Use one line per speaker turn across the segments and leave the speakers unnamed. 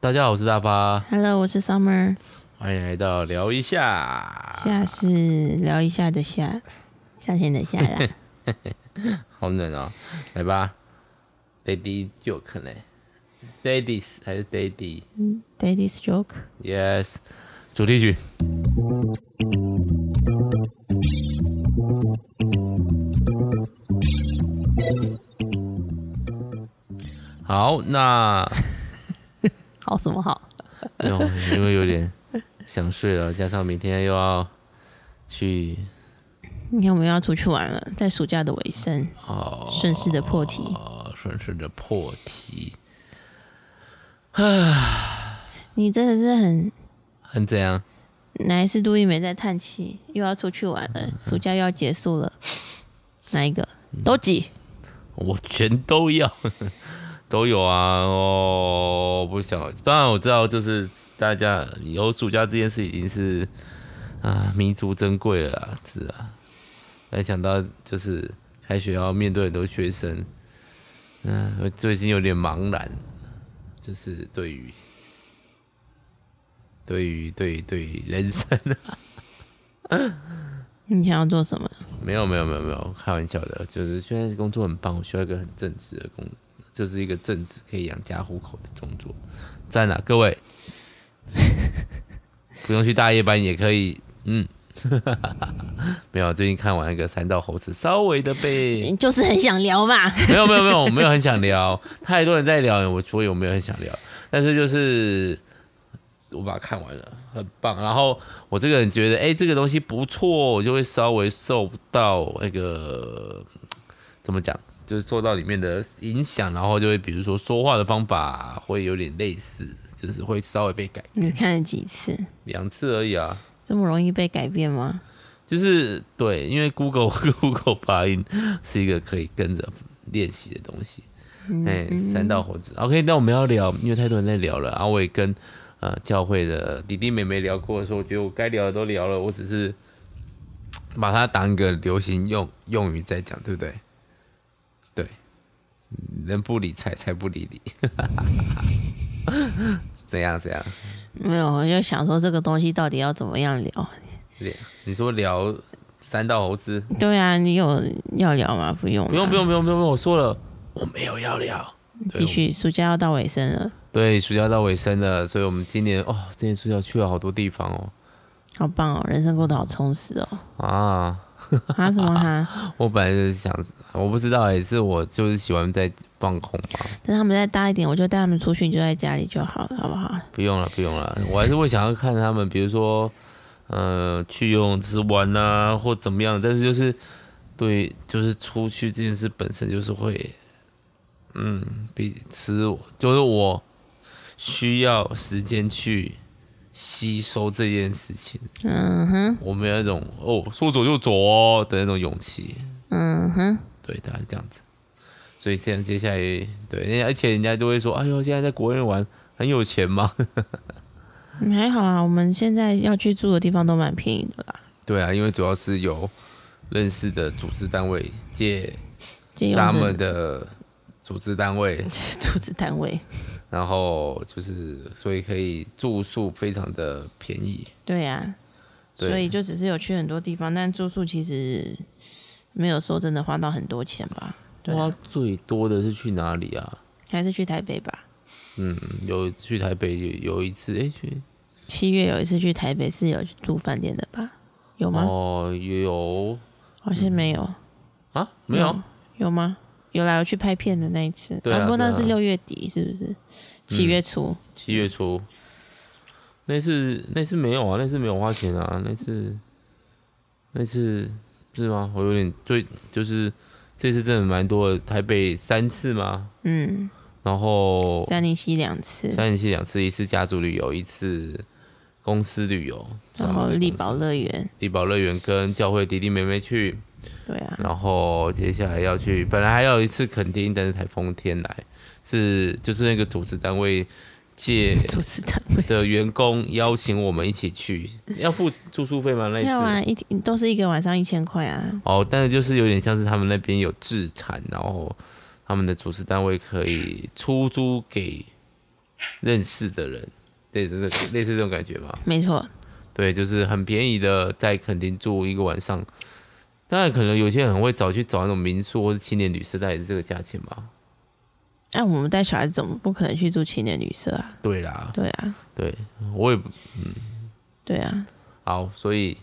大家好，我是大发，
Hello，我是 Summer，
欢迎来到聊一下。
夏是聊一下的夏，夏天的夏啦。
好冷哦，来吧，Daddy joke 呢？Daddies 还是 Daddy？Yes，
嗯 Daddy's joke，
主题曲。好，那
好什么好？
那我因为有点想睡了，加上明天又要去
明天我们要出去玩了，在暑假的尾声，
哦，
顺势的破题。
呃顺势的破题，
你真的是很
很怎样？
哪一次杜一梅在叹气，又要出去玩了，暑假又要结束了，哪一个？都挤。
我全都要， 都有啊！哦，不想。当然我知道，就是大家有暑假这件事已经是啊弥足珍贵了啊，是啊。但想到就是开学要面对很多学生，嗯、我最近有点茫然，就是对于对于对于对于人生
你想要做什么？
没有没有没有没有，开玩笑的，就是现在工作很棒，我需要一个很正直的工，就是一个正直可以养家糊口的工作，赞了各位，不用去大夜班也可以，嗯， 没有，最近看完那个《三道猴子》，稍微的被
你就是很想聊嘛。
没有没有没有，我没有很想聊，太多人在聊，我所以我没有很想聊，但是就是我把它看完了，很棒。然后我这个人觉得，哎、这个东西不错，我就会稍微受到那个怎么讲，就是受到里面的影响，然后就会比如说说话的方法会有点类似，就是会稍微被改
你看了几次？
两次而已啊。
这么容易被改变吗？
就是对，因为 Google Google 发音是一个可以跟着练习的东西。哎、三道猴子。OK，那我们要聊，因为太多人在聊了，然、后我也跟呃教会的弟弟妹妹聊过，说我觉得我该聊的都聊了，我只是把它当一个流行用用语在讲，对不对？对，人不理财，财不理你。 怎样怎样？
没有，我就想说这个东西到底要怎么样聊？
聊你说聊三道猴子？
对啊，你有要聊吗？不用，
不用不，用不用不用，我说了，我没有要聊。对
继续，暑假要到尾声了，
对，暑假到尾声了，所以我们今年哦，今年暑假去了好多地方哦。
好棒哦，人生过得好充实哦。
啊，
哈什 么哈？
我本来就是想，我不知道也是我就是喜欢在放空嘛。
等他们再大一点，我就带他们出去，你就在家里就好了，好不好？
不用了，不用了，我还是会想要看他们，比如说，呃，去游泳池玩啊，或怎么样。但是就是对，就是出去这件事本身就是会，嗯，比吃就是我需要时间去吸收这件事情。
嗯哼，
我没有那种哦，说走就走哦的那种勇气。
嗯哼，
对，大概是这样子。所以这样接下来，对，人家而且人家就会说，哎呦，现在在国内玩很有钱吗？
嗯还好啊。我们现在要去住的地方都蛮便宜的啦，
对啊，因为主要是由认识的组织单位借
借用
他们
的
的组织单位，
住址单位。
然后就是所以可以住宿非常的便宜。
对呀、
对
所以就只是有去很多地方，但住宿其实没有说真的花到很多钱吧。对啊、
花最多的是去哪里啊？
还是去台北吧。
嗯，有去台北有有一次，哎、去
七月有一次去台北是有去住饭店的吧？有吗？
哦有
好
嗯
像没有。
啊没有？
有吗？有啦，有去拍片的那一次。
对啊
不过那
对啊嗯
是六月底，是不是？七月初，
七月初，那次那次没有啊，那次没有花钱啊，那次那次是吗？我有点对，就是这次真的蛮多的，台北三次嘛，
嗯，
然后
三零七两次，
哦三连系两次，一次家族旅游，一次公司旅游，
然后力宝乐园，
力宝乐园跟教会弟弟妹妹去，
对啊，
然后接下来要去，本来还有一次垦丁，但是台风天来，是就是那个组织单位借。
主持单位。
的员工邀请我们一起去，要付住宿费吗？那一
没有啊，
次
一都是一个晚上一千块啊，
哦，但是就是有点像是他们那边有自产，然后他们的主持单位可以出租给认识的人，对，这是类似这种感觉吧？
没错，
对，就是很便宜的，在垦丁住一个晚上。当然，可能有些人很会找去找那种民宿或者青年旅社，但也是这个价钱吧？
那、啊我们带小孩子总不可能去住青年旅社啊？
对啦，
对啊，
对我也不
对啊，
好，所以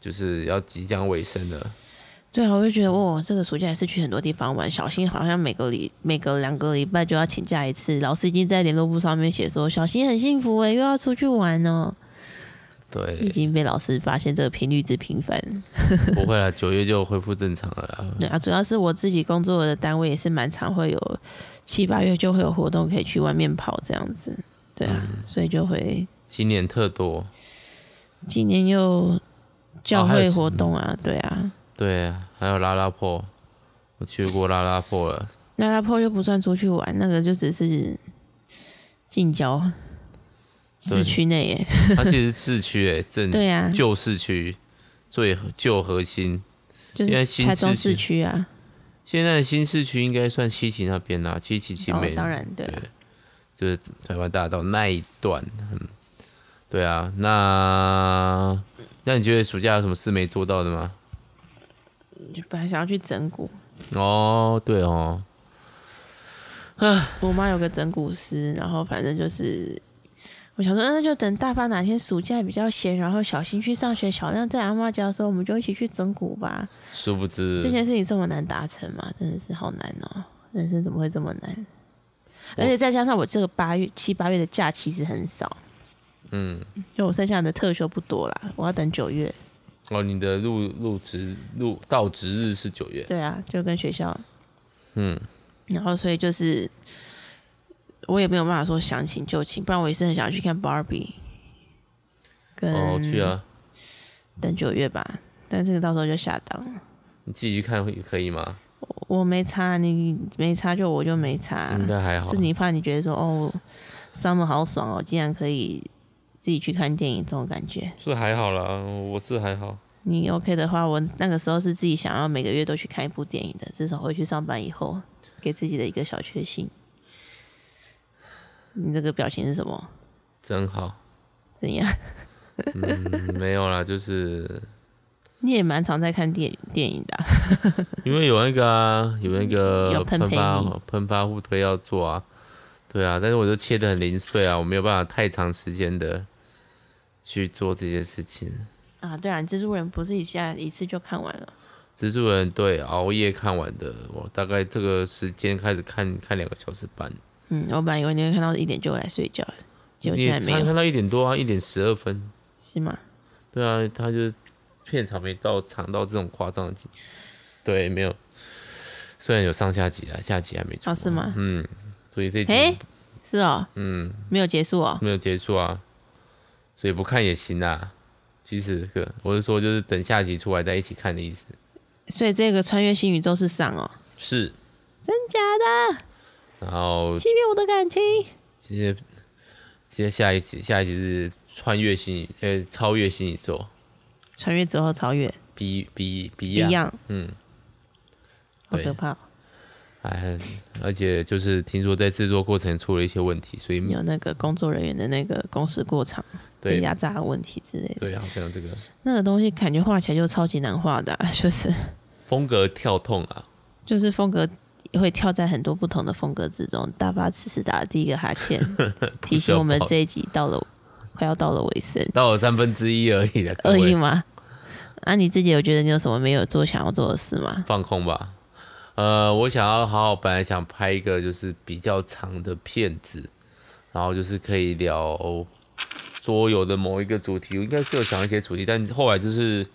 就是要即将尾声了。
对啊，我就觉得哦，这个暑假也是去很多地方玩，小新好像每个礼每隔两个礼拜就要请假一次，老师已经在联络簿上面写说小新很幸福哎、又要出去玩哦，已
对，嗯
经被老师发现这个频率之频繁。
不会啦，九月就恢复正常了啦。
对啊，主要是我自己工作的单位也是蛮常会有七八月就会有活动可以去外面跑这样子，对啊，
嗯
所以就会
今年特多，
今年又教
哦还有
会活动啊，对啊，
对，还有拉拉破，我去过拉拉破 了。
那拉坡又不算出去玩，那个就只是近郊市区内耶，
它其实是市区诶、正
对啊，
旧市区最旧核心。
就
现在
是
新
台中
市区
市区啊，
现在的新市区应该算七期那边啦，七期青
哦
梅、，
当然对啊
对，就是台湾大道那一段。嗯，对啊，那那你觉得暑假有什么事没做到的吗？
就本来想要去整蛊，
哦，对哦，
我妈有个整蛊师，然后反正就是，我想说，嗯那就等大发哪天暑假比较闲，然后小新去上学，小亮在阿妈家的时候，我们就一起去整蛊吧。
殊不知
这件事情这么难达成吗？真的是好难哦、人生怎么会这么难？而且再加上我这个八月七八月的假其实很少，
嗯，
因为我剩下的特休不多啦，我要等九月。
哦，你的入入职入到职日是九月，
对啊，就跟学校，
嗯，
然后所以就是我也没有办法说想请就请，不然我也是很想去看 Barbie，跟
哦，去啊，
等九月吧，但这个到时候就下档了。
你自己去看会可以吗？
我我没差，你没差就我就没差，
应该还好
啊是你怕你觉得说哦，summer 好爽哦，竟然可以自己去看电影这种感觉。
是还好啦，我是还好。
你 OK 的话，我那个时候是自己想要每个月都去看一部电影的，至少回去上班以后给自己的一个小确幸。你这个表情是什么？
真好，
怎样？
嗯，没有啦，就是
你也蛮常在看电电影的啊、
因为有那个啊，有那个
嗯有
喷
喷
发哦
配音
喷发互推要做啊，对啊，但是我就切的很零碎啊，我没有办法太长时间的去做这些事情。
啊！对啊，你蜘蛛人不是一下一次就看完了？
蜘蛛人对熬夜看完的，我大概这个时间开始看看两个小时半，
嗯，我本来以为你会看到一点就来睡觉了，结果
你
竟然没
看看
有，
到一点多啊，一点十二分，
是吗？
对啊，他就是片场没到长到这种夸张的地，对，没有，虽然有上下集啊，下集还没出，
哦，是吗？
嗯，所以这集、
诶，是哦，
嗯。
没有结束哦。
没有结束啊，所以不看也行啊。其实个我是说，就是等下集出来再一起看的意思。
所以这个穿越新宇宙是上哦，
是，
真假的？
然后
欺骗我的感情？
接接下一集，下一集是穿越新宇，呃、超越新宇宙，
穿越之后超越
比比比
一
呀，
样，
嗯，
好
对
可怕哦！
哎，而且就是听说在制作过程出了一些问题，所以
有那个工作人员的那个工时过长、被
对
压榨的问题之类的，
对，好像有这个
那个东西感觉画起来就超级难画的啊、 就是
风格跳痛啊，
就是风格会跳在很多不同的风格之中。大巴此时打了第一个哈 欠，提醒我们这一集到了快要到了尾声，
到了三分之一而已了，各
恶
位
意吗？啊，你自己有觉得你有什么没有做想要做的事吗？
放空吧。呃，我想要好好，本来想拍一个就是比较长的片子，然后就是可以聊桌游的某一个主题，我应该是有想一些主题，但后来就是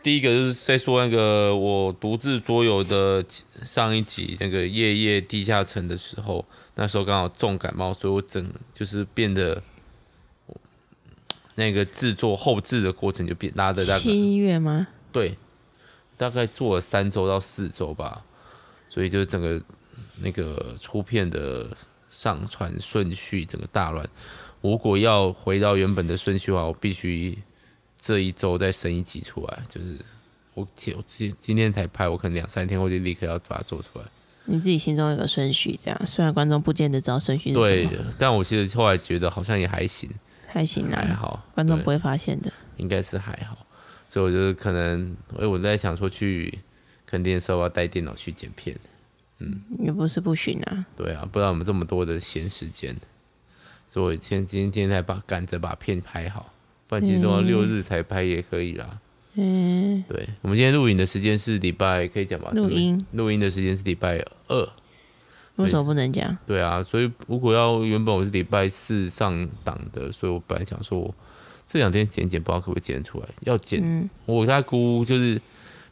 第一个就是在说那个我独自桌游的上一集那个夜夜地下城的时候，那时候刚好重感冒，所以我整就是变得那个制作后置的过程就变拉的大概
七月吗？
对，大概做了三周到四周吧，所以就是整个那个出片的上传顺序整个大乱。我如果要回到原本的顺序的话，我必须这一周再生一集出来，就是我今我今今天才拍，我可能两三天后就立刻要把它做出来。
你自己心中有个顺序，这样虽然观众不见得知道顺序是什
对
么，，
但我其实后来觉得好像也还行，
还行
还
啊，
好，
观众
哎对
不会发现的。
应该是还好，所以我就是可能，哎，我在想说去垦丁的时候要带电脑去剪片，
也不是不行啊，
对啊，不然我们这么多的闲时间，所以我今天今天今天才把赶着把片拍好，不然其实都要六日才拍也可以啦。
嗯，
对，我们今天录影的时间是礼拜，可以讲吧？
录音
录音的时间是礼拜二，
为什么不能讲？
对啊，所以如果要原本我是礼拜四上档的，所以我本来想说我这两天剪一剪，不知道可不可以剪出来。要剪，
嗯
我大概估就是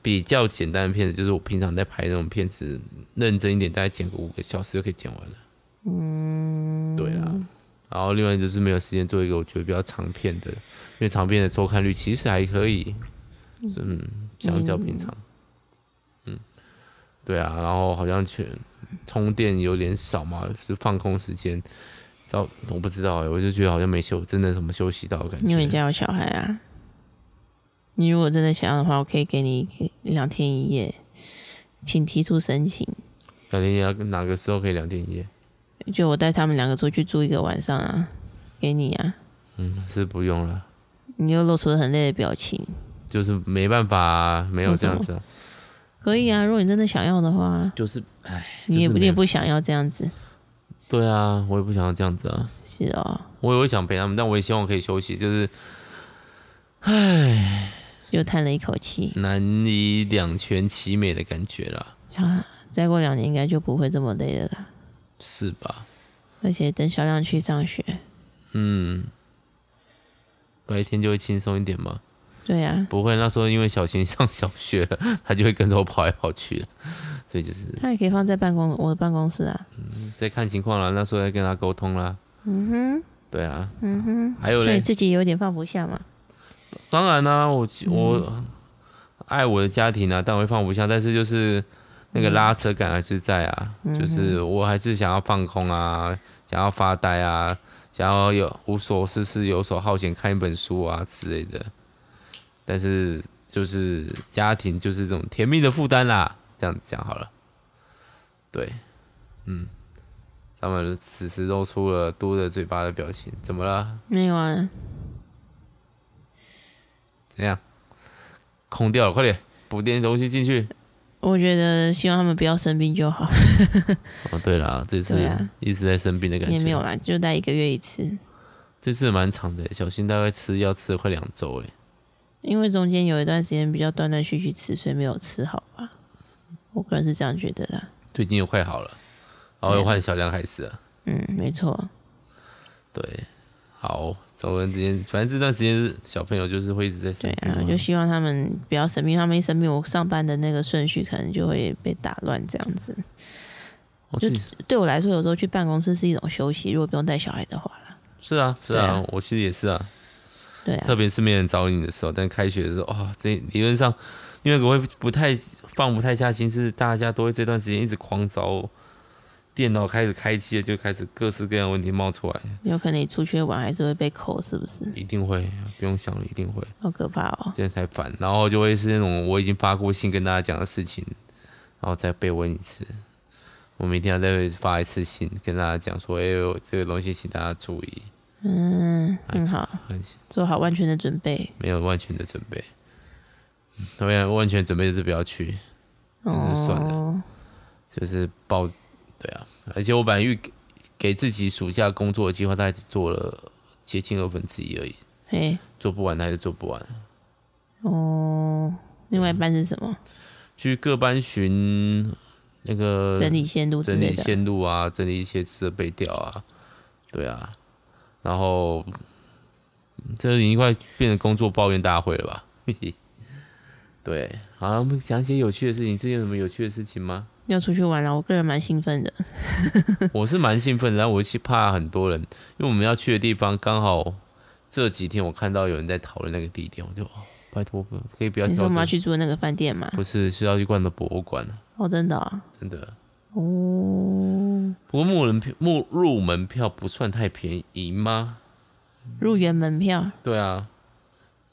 比较简单的片子，就是我平常在拍那种片子，认真一点，大概剪个五个小时就可以剪完了。
嗯，
对啦，然后另外就是没有时间做一个我觉得比较长片的，因为长片的收看率其实还可以，是嗯，相较平常，嗯，对啊，然后好像全充电有点少嘛，就放空时间，到我不知道哎、我就觉得好像没休，真的什么休息到的感
因为你
觉，
家有小孩啊。你如果真的想要的话，我可以给你两天一夜，请提出申请。
两天一夜哪个时候可以两天一夜？
就我带他们两个出去住一个晚上啊，给你啊。
嗯，是不用了，
你又露出了很累的表情。
就是没办法、没有
为什
这样
么
子、啊，
可以啊，如果你真的想要的话，
就是哎，
你也
就是
不
没
你也不想要这样子。
对啊，我也不想要这样子啊。
是哦，
我也会想陪他们，但我也希望可以休息，就是
又叹了一口气。
难以两全其美的感觉啦，
啊，再过两年应该就不会这么累了啦。
是吧？
而且等小亮去上学，
嗯，白天就会轻松一点嘛，
对啊，
不会那时候因为小新 上小学了，他就会跟着我跑来跑去了，所以就是
他也可以放在办公我的办公室啊。
再看情况啦，那时候再跟他沟通啦。
嗯
对啊，
哼，嗯哼，
还有
所以
嘞，
自己有点放不下嘛。
当然啦、啊我我爱我的家庭啊，但我会放不下，但是就是那个拉扯感还是在啊，就是我还是想要放空啊，想要发呆啊，想要有无所事事、游手好闲，看一本书啊之类的。但是就是家庭就是这种甜蜜的负担啦，这样子讲好了。对，嗯，他们此时露出了嘟着嘴巴的表情，怎么了？
没有啊，
怎样？空掉了，快点补点东西进去。
我觉得希望他们不要生病就好。
哦，对了，这次
对啊
一直在生病的感觉，
也没有啦，就待一个月一次，
这次蛮长的，小新大概吃药吃了快两周哎。
因为中间有一段时间比较断断续续吃，所以没有吃好吧。我个人是这样觉得啦。
最近又快好了，然后又换小亮开始了。
嗯，没错，
对，好，总而之间，反正这段时间是小朋友就是会一直在生
对
病
啊，
嘛，
我就希望他们不要生病，他们一生病，我上班的那个顺序可能就会被打乱这样子。
我哦自己
对我来说，有时候去办公室是一种休息，如果不用带小孩的话啦。
是啊是
对
啊
啊，
我其实也是啊，
对啊，
特别是没人找你的时候，但开学的时候，哇、这理论上，因为我会不太放不太下心，是大家都会这段时间一直狂找我，电脑开始开机了，就开始各式各样的问题冒出来，
有可能你出去玩还是会被扣，是不是？
一定会，不用想了，一定会，
好可怕哦！
这样才烦。然后就会是那种我已经发过信跟大家讲的事情，然后再被问一次。我明天要再发一次信跟大家讲说，哎、呦，这个东西请大家注意，
嗯，很好，
很
做好万全的准备。
没有万全的准备。嗯当然，万全准备就是不要去。那就算了
哦，
就是报，对啊，而且我本来预给给自己暑假工作的计划，大概只做了接近二分之一而已，
嘿，
做不完的还是做不完。
哦，另外一半是什么？
去各班巡那个
整理线路之
整
类
理
的。
线路啊，整理一些设备调啊，对啊，然后嗯这已经快变成工作抱怨大会了吧？ 嘿嘿对，好，我们讲一些有趣的事情。最近有什么有趣的事情吗？
要出去玩了，我个人蛮兴奋的。
我是蛮兴奋的，但我是怕很多人，因为我们要去的地方刚好这几天我看到有人在讨论那个地点，我就、哦、拜托不可以不要
你
挑
说我们要
战，
去住的那个饭店嘛？
不是是要去逛的博物馆，
哦，真的、啊。
真的。
哦，
不过木人票木入门票不算太便宜吗？
入园门票
对啊，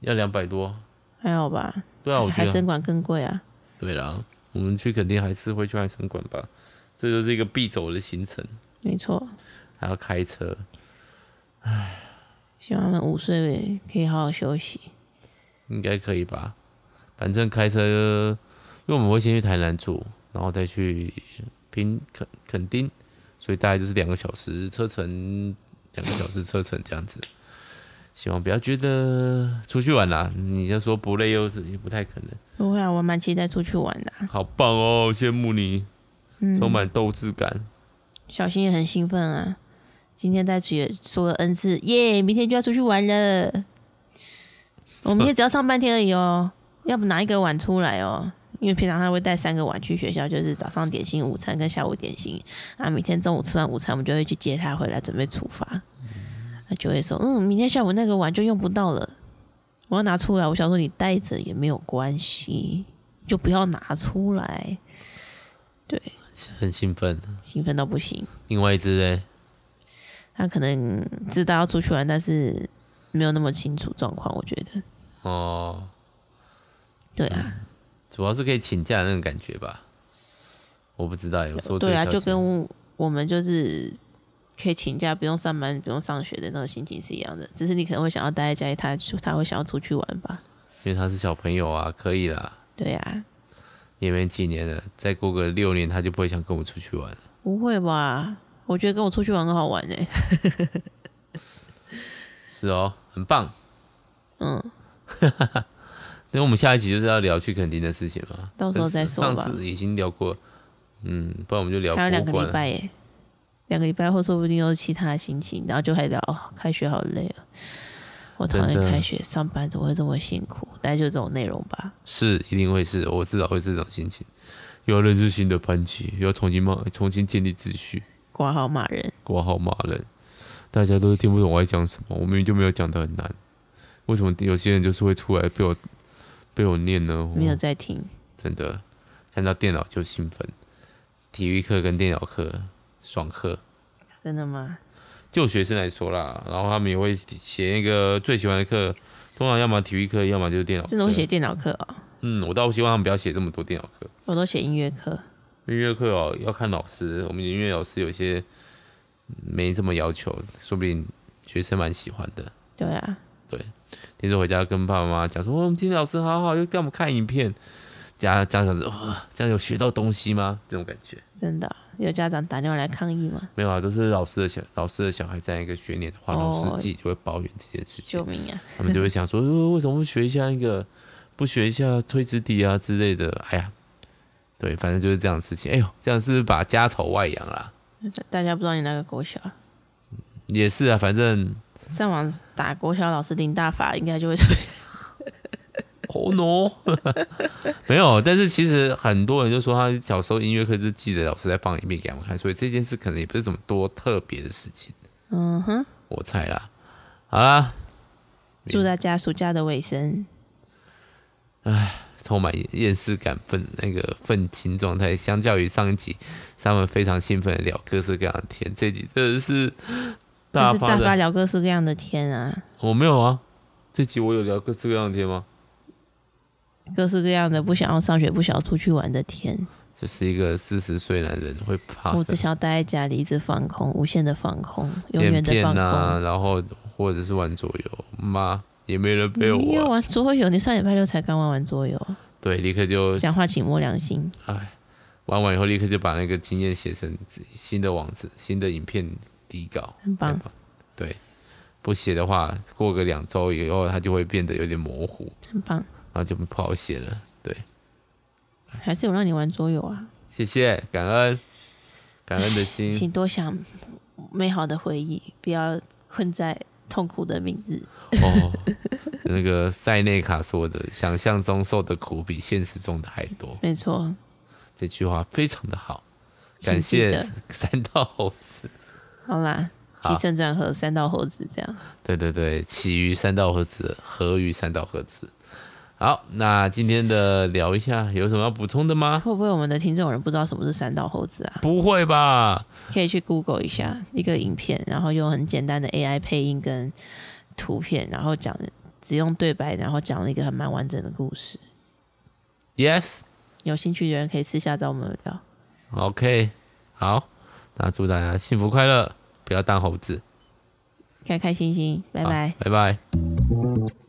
要两百多。
还好吧？
对啊，我觉
海
得
参馆更贵啊。
对啦，我们去肯定还是会去海参馆吧，这就是一个必走的行程，
没错。
还要开车。
希望他们五岁可以好好休息。
应该可以吧？反正开车，因为我们会先去台南住，然后再去平垦垦丁，所以大概就是两个小时车程，两个小时车程这样子。希望不要觉得出去玩啦、你就说不累又是也不太可能。
不会啊，我蛮期待出去玩的啊、
好棒哦，羡慕你，
嗯
充满斗志感。
小新也很兴奋啊，今天在此也说了 N 次，耶！明天就要出去玩了。我明天只要上半天而已哦，要不拿一个碗出来哦，因为平常他会带三个碗去学校，就是早上点心、午餐跟下午点心。啊，明天中午吃完午餐，我们就会去接他回来，准备出发。他就会说，嗯，明天下午那个碗就用不到了，我要拿出来。我想说你带着也没有关系，就不要拿出来。对，
很兴奋。
兴奋到不行。
另外一只呢？
他可能知道要出去玩，但是没有那么清楚状况。我觉得，
哦，
对啊，
嗯主要是可以请假的那种感觉吧。我不知道耶，有时候
对啊，
小
就
新
跟我们就是可以请假、不用上班、不用上学的那种心情是一样的。只是你可能会想要待在家里，他他会想要出去玩吧？
因为他是小朋友啊，可以啦。
对啊，
也没几年了，再过个六年，他就不会想跟我出去玩了。
不会吧？我觉得跟我出去玩很好玩哎、
是哦，很棒。
嗯，
那我们下一集就是要聊去垦丁的事情嘛，
到时候再说吧
上次已经聊过，嗯，不然我们就聊
还有两
博
个
物馆
礼
了
拜哎、两个礼拜后说不定又是其他的心情，然后就开始聊、哦、开学好累啊。我讨厌
真的
开学，上班怎么会这么辛苦？大概就这种内容吧。
是一定会是，我至少会是这种心情。又要认识新的班级，又要重新骂，重新建立秩序，
挂号骂人，
挂号骂人，大家都听不懂我在讲什么，我明明就没有讲的很难，为什么有些人就是会出来被我被我念呢？我
没有在听。
真的看到电脑就兴奋。体育课跟电脑课爽课，
真的吗？
就学生来说啦，然后他们也会写那个最喜欢的课，通常要么体育课，要么就是电脑。
真的会写？电脑课哦，
嗯，我倒希望他们不要写这么多电脑课。
我都写音乐课。
音乐课哦，要看老师，我们音乐老师有些嗯没这么要求，说不定学生蛮喜欢的。
对啊，
听说回家跟爸爸妈妈讲说，哦我们今天老师好好，又带我们看影片，家家长说，哇，这样有学到东西吗？这种感觉。
真的有家长打电话来抗议吗？
没有啊，都是老师的小老师的小孩在一个学年的话，
哦
老师自己就会抱怨这件事情，
救命啊！
他们就会想说，呃为什么不学一下那个，不学一下吹纸笛啊之类的？哎呀，对，反正就是这样的事情。哎呦，这样是不是把家丑外扬啦？
大家不知道你那个国小，啊
也是啊，反正
上网打国小老师林大法，应该就会出 现。
哦 no，没有。但是其实很多人就说，他小时候音乐课就记得老师在放一遍给他们看，所以这件事可能也不是怎么多特别的事情，
嗯哼，
我猜啦。好啦，
祝大家暑假的尾声
充满厌世感、愤那个愤青状态。相较于上一集，他们非常兴奋的聊各式各样的天，这集真的是
就
大
是
发
大
的。
发聊各式各样的天啊，
我没有啊，这集我有聊各式各样的天吗？嗯
各式各样的不想要上学、不想要出去玩的天。
这是一个四十岁男人会怕
我只
的
想要待在家里，一直放空，无限的放空，永
剪
远的
片
放
啊，
空。
然后或者是玩桌游，妈也没人陪
你有
我啊、
玩桌游？你上礼拜六才刚玩完桌游，
对，立刻就
讲话请摸良心。
哎，玩完以后立刻就把那个经验写成自己新的网址、新的影片底稿，
很棒啊
对吧对，不写的话，过个两周以后，它就会变得有点模糊，
很棒，
然后就不好写了。对，
还是有让你玩桌游啊，
谢谢，感恩，感恩的心。
请多想美好的回忆，不要困在痛苦的名字。
哦，那个塞内卡说的“想象中受的苦比现实中的还多
没错，”
这句话非常的好，
请
感
记
谢
得
三道猴子。
好啦，
好
起承转合，三道猴子这样。
对对对，起于三道河子，合于三道河子。好，那今天的聊一下，有什么要补充的吗？
会不会我们的听众有人不知道什么是三道猴子啊？
不会吧？
可以去 Google 一下一个影片，然后用很简单的 AI 配音跟图片，然后讲只用对白，然后讲了一个还蛮完整的故事。
Yes，OK，、
有兴趣的人可以私下找我们聊。
OK，好，那祝大家幸福快乐，不要当猴子，
开开心心，拜
好
拜。
拜拜。